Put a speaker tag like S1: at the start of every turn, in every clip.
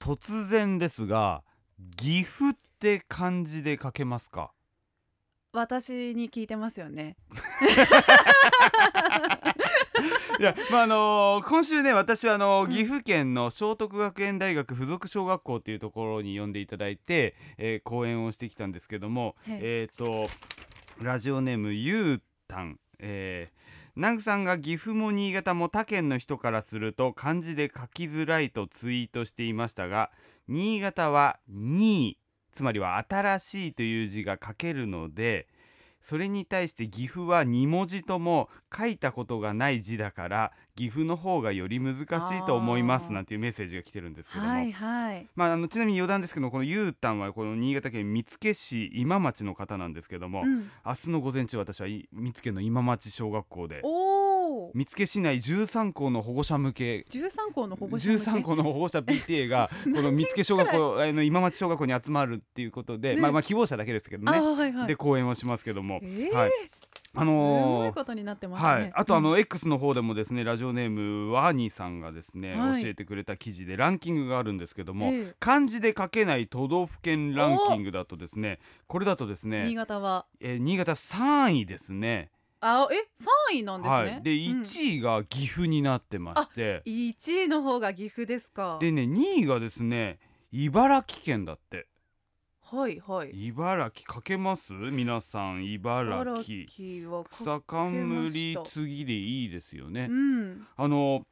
S1: 突然ですが岐阜って漢字で書けますか
S2: 私に聞いてますよね。
S1: いや、まあ、あのー今週ね、私はあのー
S2: うん
S1: 岐阜県の聖徳学園大学附属小学校というところに呼んでいただいて、えー講演をしてきたんですけども、
S2: はい
S1: えっ、とラジオネームゆうたん、えー南さんが岐阜も新潟も他県の人からすると漢字で書きづらいとツイートしていましたが、新潟は2つまりは新しいという字が書けるのでそれに対して岐阜は2文字とも書いたことがない字だから岐阜の方がより難しいと思いま
S2: あ
S1: す
S2: ー
S1: なんていうメッセージが来てるんですけども、
S2: はいはい。
S1: まあ、あのちなみに余談ですけどこのゆうたんはこの新潟県見附市今町の方なんですけども、
S2: うん、
S1: 明日の午前中私はい見附の今町小学校で
S2: おお。
S1: 見附市内13校の保護者向け
S2: 十三校の保護者向け。
S1: 13校の保護者 PTA がこの見附小学校あの今町小学校に集まるっていうことで、
S2: ね
S1: まあまあ希望者だけですけど
S2: あ
S1: ね、
S2: ーはいはい。
S1: で講演をしますけども、
S2: えー
S1: はいあ
S2: すご
S1: の
S2: い
S1: ー
S2: ことになってますね。
S1: はい、あとあ
S2: うん、
S1: の X の方でもですねラジオネームワーニーさんがですね、
S2: はい
S1: 教えてくれた記事でランキングがあるんですけども、
S2: ええ
S1: 漢字で書けない都道府県ランキングだとですねこれだとです
S2: 新
S1: ね、
S2: 潟は
S1: えー新潟3位ですね
S2: あえ三位なんですね。
S1: はい、で
S2: うん
S1: 1位が岐阜になってまして、
S2: 一位の方が岐阜ですか。
S1: でね2位がですね茨城県だって。
S2: はいはい。
S1: 茨城かけます皆さん茨城
S2: 城はか
S1: 草冠
S2: かけました
S1: 次でいいですよね
S2: うん。
S1: あの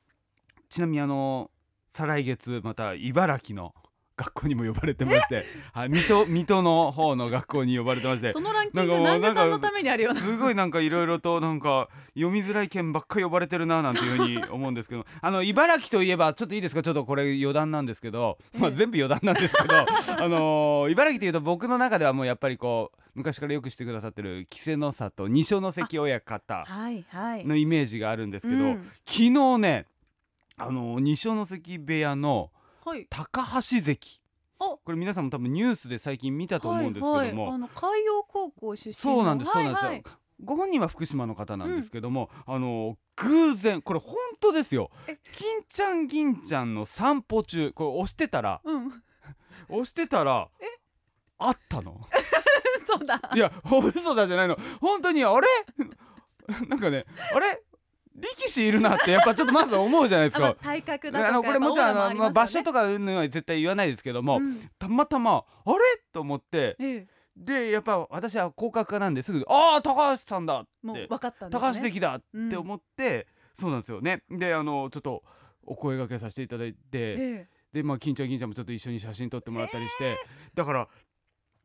S1: ちなみにあの再来月また茨城の学校にも呼ばれてましてはい水戸水戸の方の学校に呼ばれてまして
S2: そのランキン
S1: なんか
S2: グ
S1: もう
S2: 南下さん
S1: なん
S2: の
S1: か
S2: ためにあるような。
S1: すごいなんかいろいろとなんか読みづらい県ばっか呼ばれてるななんていうふうに思うんですけどあの茨城といえばちょっといいですかちょっとこれ余談なんですけど、まあ、
S2: ええ
S1: 全部余談なんですけどあのー茨城というと僕の中ではもうやっぱりこう昔からよくしてくださってる稀勢の里二所ノ関親方
S2: はいはい。
S1: のイメージがあるんですけど、
S2: うん
S1: 昨日ねあのー二所ノ関部屋の
S2: はい。
S1: 高橋関
S2: お
S1: これ皆さんも多分ニュースで最近見たと思うんですけども、
S2: はいはい、あの海洋高校出身の
S1: そうなんです、
S2: はい
S1: そうなん
S2: は
S1: で
S2: い
S1: すよ。ご本人は福島の方なんですけども、あの偶然これ本当ですよ
S2: え。
S1: 金ちゃん銀ちゃんの散歩中これ押してたら
S2: うん、
S1: 押してたらあったの。
S2: そうだ。
S1: いやほ嘘だじゃないの。本当にあれ なんかねあれ力士いるなってやっぱちょっとまず思うじゃないです
S2: あまあ
S1: か。
S2: 体格だとか
S1: あのこれもちろんあのまあ場所
S2: か
S1: とかうんぬんは絶対言わないですけども、
S2: うん
S1: たまたまあれと思って
S2: ええ、
S1: でやっぱ私は広角家なんですぐああ高橋さんだって
S2: もう分かったんです、ね、
S1: 高橋的だって
S2: っ
S1: 思って、そうなんですよねであのちょっとお声掛けさせていただい
S2: て
S1: て
S2: え
S1: でまあ金ちゃん銀ちゃんもちょっと一緒に写真撮ってもらったりして、だから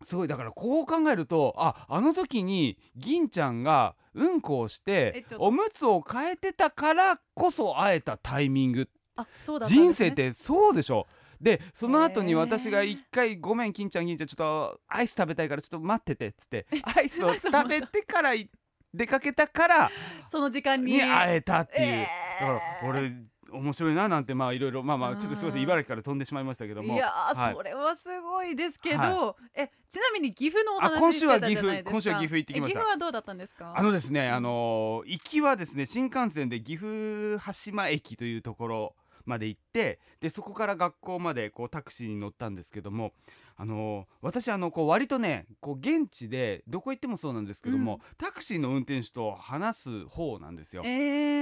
S1: すごいだからこう考えるとああの時に銀ちゃんがうんこをし
S2: え
S1: て
S2: ちょっと
S1: おむつを変えてたからこそ会えたタイミングって
S2: あそうだったんですね
S1: 人生ってそうでしょでその後に
S2: へー
S1: 私が一回「ごめん金ちゃん銀ちゃんちょっとアイス食べたいからちょっと待ってて」っつってアイスを
S2: アイスを待
S1: 食
S2: っ
S1: べてからい出かけたから
S2: その時間に
S1: に会えたっていう、
S2: えー
S1: だから俺面白いななんてまあいろいろまあま
S2: う
S1: あ
S2: ん
S1: ちょっとすみません茨城から飛んでしまいましたけども
S2: いやー、
S1: はい
S2: それはすごいですけど、
S1: は
S2: えちなみに岐阜のお話
S1: あ今週は
S2: してたじゃな
S1: 岐阜
S2: いですか
S1: 今週は岐阜行ってきました
S2: え岐阜はどうだったんですか
S1: あのですねあのー行きはですね新幹線で岐阜羽島駅というところまで行ってでそこから学校までこうタクシーに乗ったんですけどもあのー私あのこう割とねこう現地でどこ行ってもそうなんですけども、タクシーの運転手と話す方なんですよ。
S2: え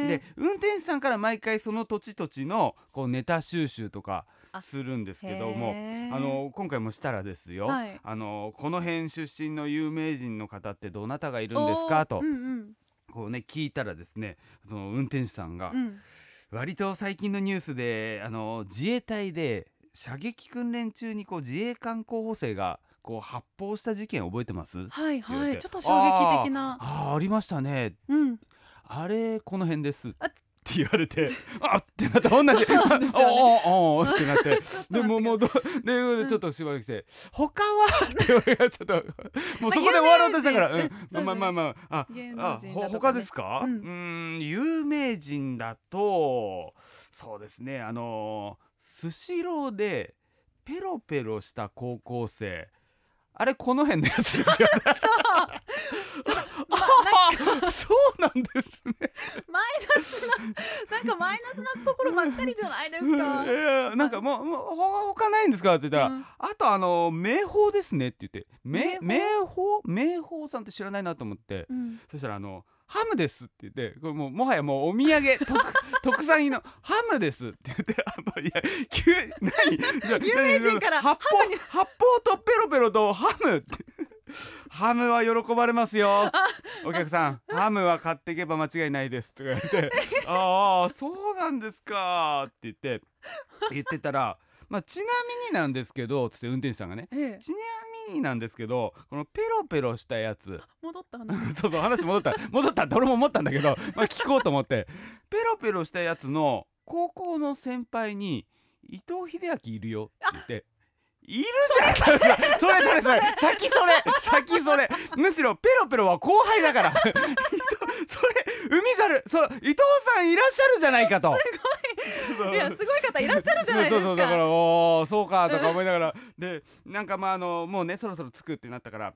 S1: で
S2: ー、
S1: 運転手さんから毎回その土地土地のこうネタ収集とか
S2: あ
S1: するんですけど
S2: へ
S1: も
S2: ー
S1: あの今回もしたらですよ、
S2: はい
S1: あのこの辺出身の有名人の方ってどなたがいるんですか
S2: お
S1: と
S2: ーうん
S1: こう、ね、聞いたらですねその運転手さんが
S2: うんうん、
S1: 割と最近のニュースであの自衛隊で射撃訓練中にこう自衛官候補生がこう発砲した事件覚えてます
S2: は
S1: 言
S2: いは
S1: う
S2: い
S1: て
S2: ちょっと衝撃的な
S1: あーありましたね
S2: うん
S1: あれこの辺ですっ
S2: あ
S1: て言われて あってなった同じ、
S2: そうなんですよね
S1: ああああってなって
S2: ちょっと待って
S1: でもうもうどで
S2: ん
S1: ちょっとしばらくして「他 は?」って俺がちょっともうそこで終わろうとしたから、
S2: 有名人
S1: うんまあまあまああ
S2: 芸
S1: あ
S2: 能人
S1: ほ
S2: だとかね
S1: 他です か、う
S2: う
S1: ん、
S2: ん
S1: 有名人だとそうですねあのースシローでペロペロした高校生あれこの辺のやつ ですよねああそうなんですね
S2: マイナスな、なんかマイナスなところばっかりじゃないです
S1: うん
S2: か。
S1: えーなんかもうもうほ他ないんですかって言ったら、
S2: うん
S1: あとあの名宝ですねって言って名名宝名宝さんって知らないなと思って、
S2: うん、
S1: そしたらあのハムですって言ってこれもうもはやもうお土 産特特産品のハムですって言ってあのいや急何
S2: 有名人から
S1: 発泡発泡とペロペロとハムってハムは喜ばれますよお客さんハムは買っていけば間違いないですとか言って ああそうなんですかって言って言ってたら、まあ、ちなみになんですけどつって運転手さんがね
S2: ええ、
S1: ちなみになんですけどこのペロペロしたやつ
S2: 戻った話。
S1: そうそう話戻った戻ったって俺も思ったんだけど、まあ、聞こうと思って ペロペロしたやつの高校の先輩に伊藤英明いるよって言っているじゃんそれそれそれ先それ先それむしろペロペロは後輩だ から伊藤それ海猿そう伊藤さんいらっしゃるじゃないかとす
S2: いや、すごい方いらっしゃるじゃな
S1: そう
S2: いですか。
S1: そうそうだからおーそうかとか思いながらでなんかまああのもうねそろそろ着くってなったから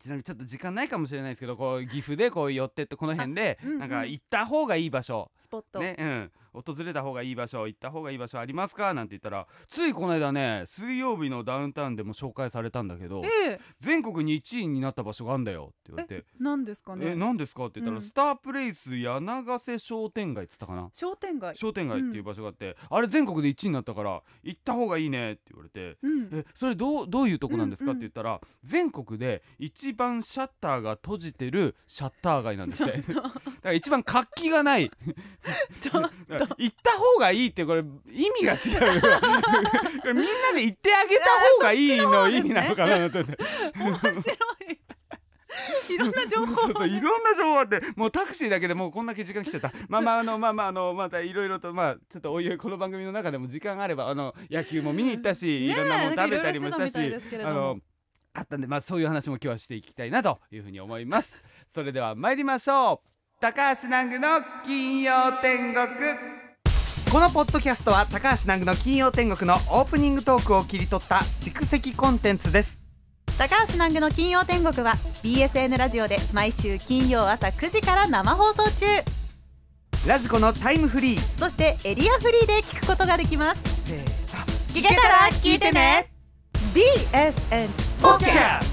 S1: ちなみにちょっと時間ないかもしれないですけどこう岐阜でこう寄ってってこの辺で、
S2: あうんうん
S1: なんか行った方がいい場所
S2: スポット。
S1: ねうん訪れた方がいい場所行った方がいい場所ありますかなんて言ったらついこの間ね水曜日のダウンタウンでも紹介されたんだけど
S2: ええ、
S1: 全国に1位になった場所があるんだよって言われて
S2: なんですか
S1: 「え
S2: ね。
S1: 何ですか?」って言ったら、
S2: うん
S1: スタープレイス柳ヶ瀬商店街」っつったかな
S2: 商店街。
S1: 商店街っていう場所があって、あれ全国で1位になったから行った方がいいねって言われて。
S2: うん。
S1: えそれどうどういうとこなんですか
S2: う
S1: っ
S2: ん
S1: て
S2: う
S1: 言
S2: ん
S1: ったら、全国で一番シャッターが閉じてるシャッター街なんです
S2: ちょ
S1: っ
S2: って
S1: だ
S2: と、
S1: から一番活気がない
S2: ちょっ
S1: だから行った方がいいってこれ意味が違うよ これみんなで行ってあげた方がいいの意味なのかなって
S2: と面 白い。いろんな情
S1: そう
S2: 報。
S1: そういろんな情報あってもうタクシーだけでもうこんだけ時間来ちゃったまあまああのまあまああのまたいろいろとまあちょっとおいおいこの番組の中でも時間あればあの野球も見に行ったし、
S2: ねえ
S1: いろんなもの食べたりもしたし
S2: なんかいろいろしてたみたいですけれど
S1: あ
S2: も
S1: のあったんでまあそういう話も今日はしていきたいなというふうに思いますそれでは参りましょう高橋南具の金曜天国このポッドキャストは高橋南具の金曜天国のオープニングトークを切り取った蓄積コンテンツです
S2: 高橋南具の金曜天国は BSN ラジオで毎週金曜朝9時から生放送中
S1: ラジコのタイムフリー
S2: そしてエリアフリーで聞くことができます
S1: せーの
S2: 聞けたら聞いてね BSN
S1: ポッキャス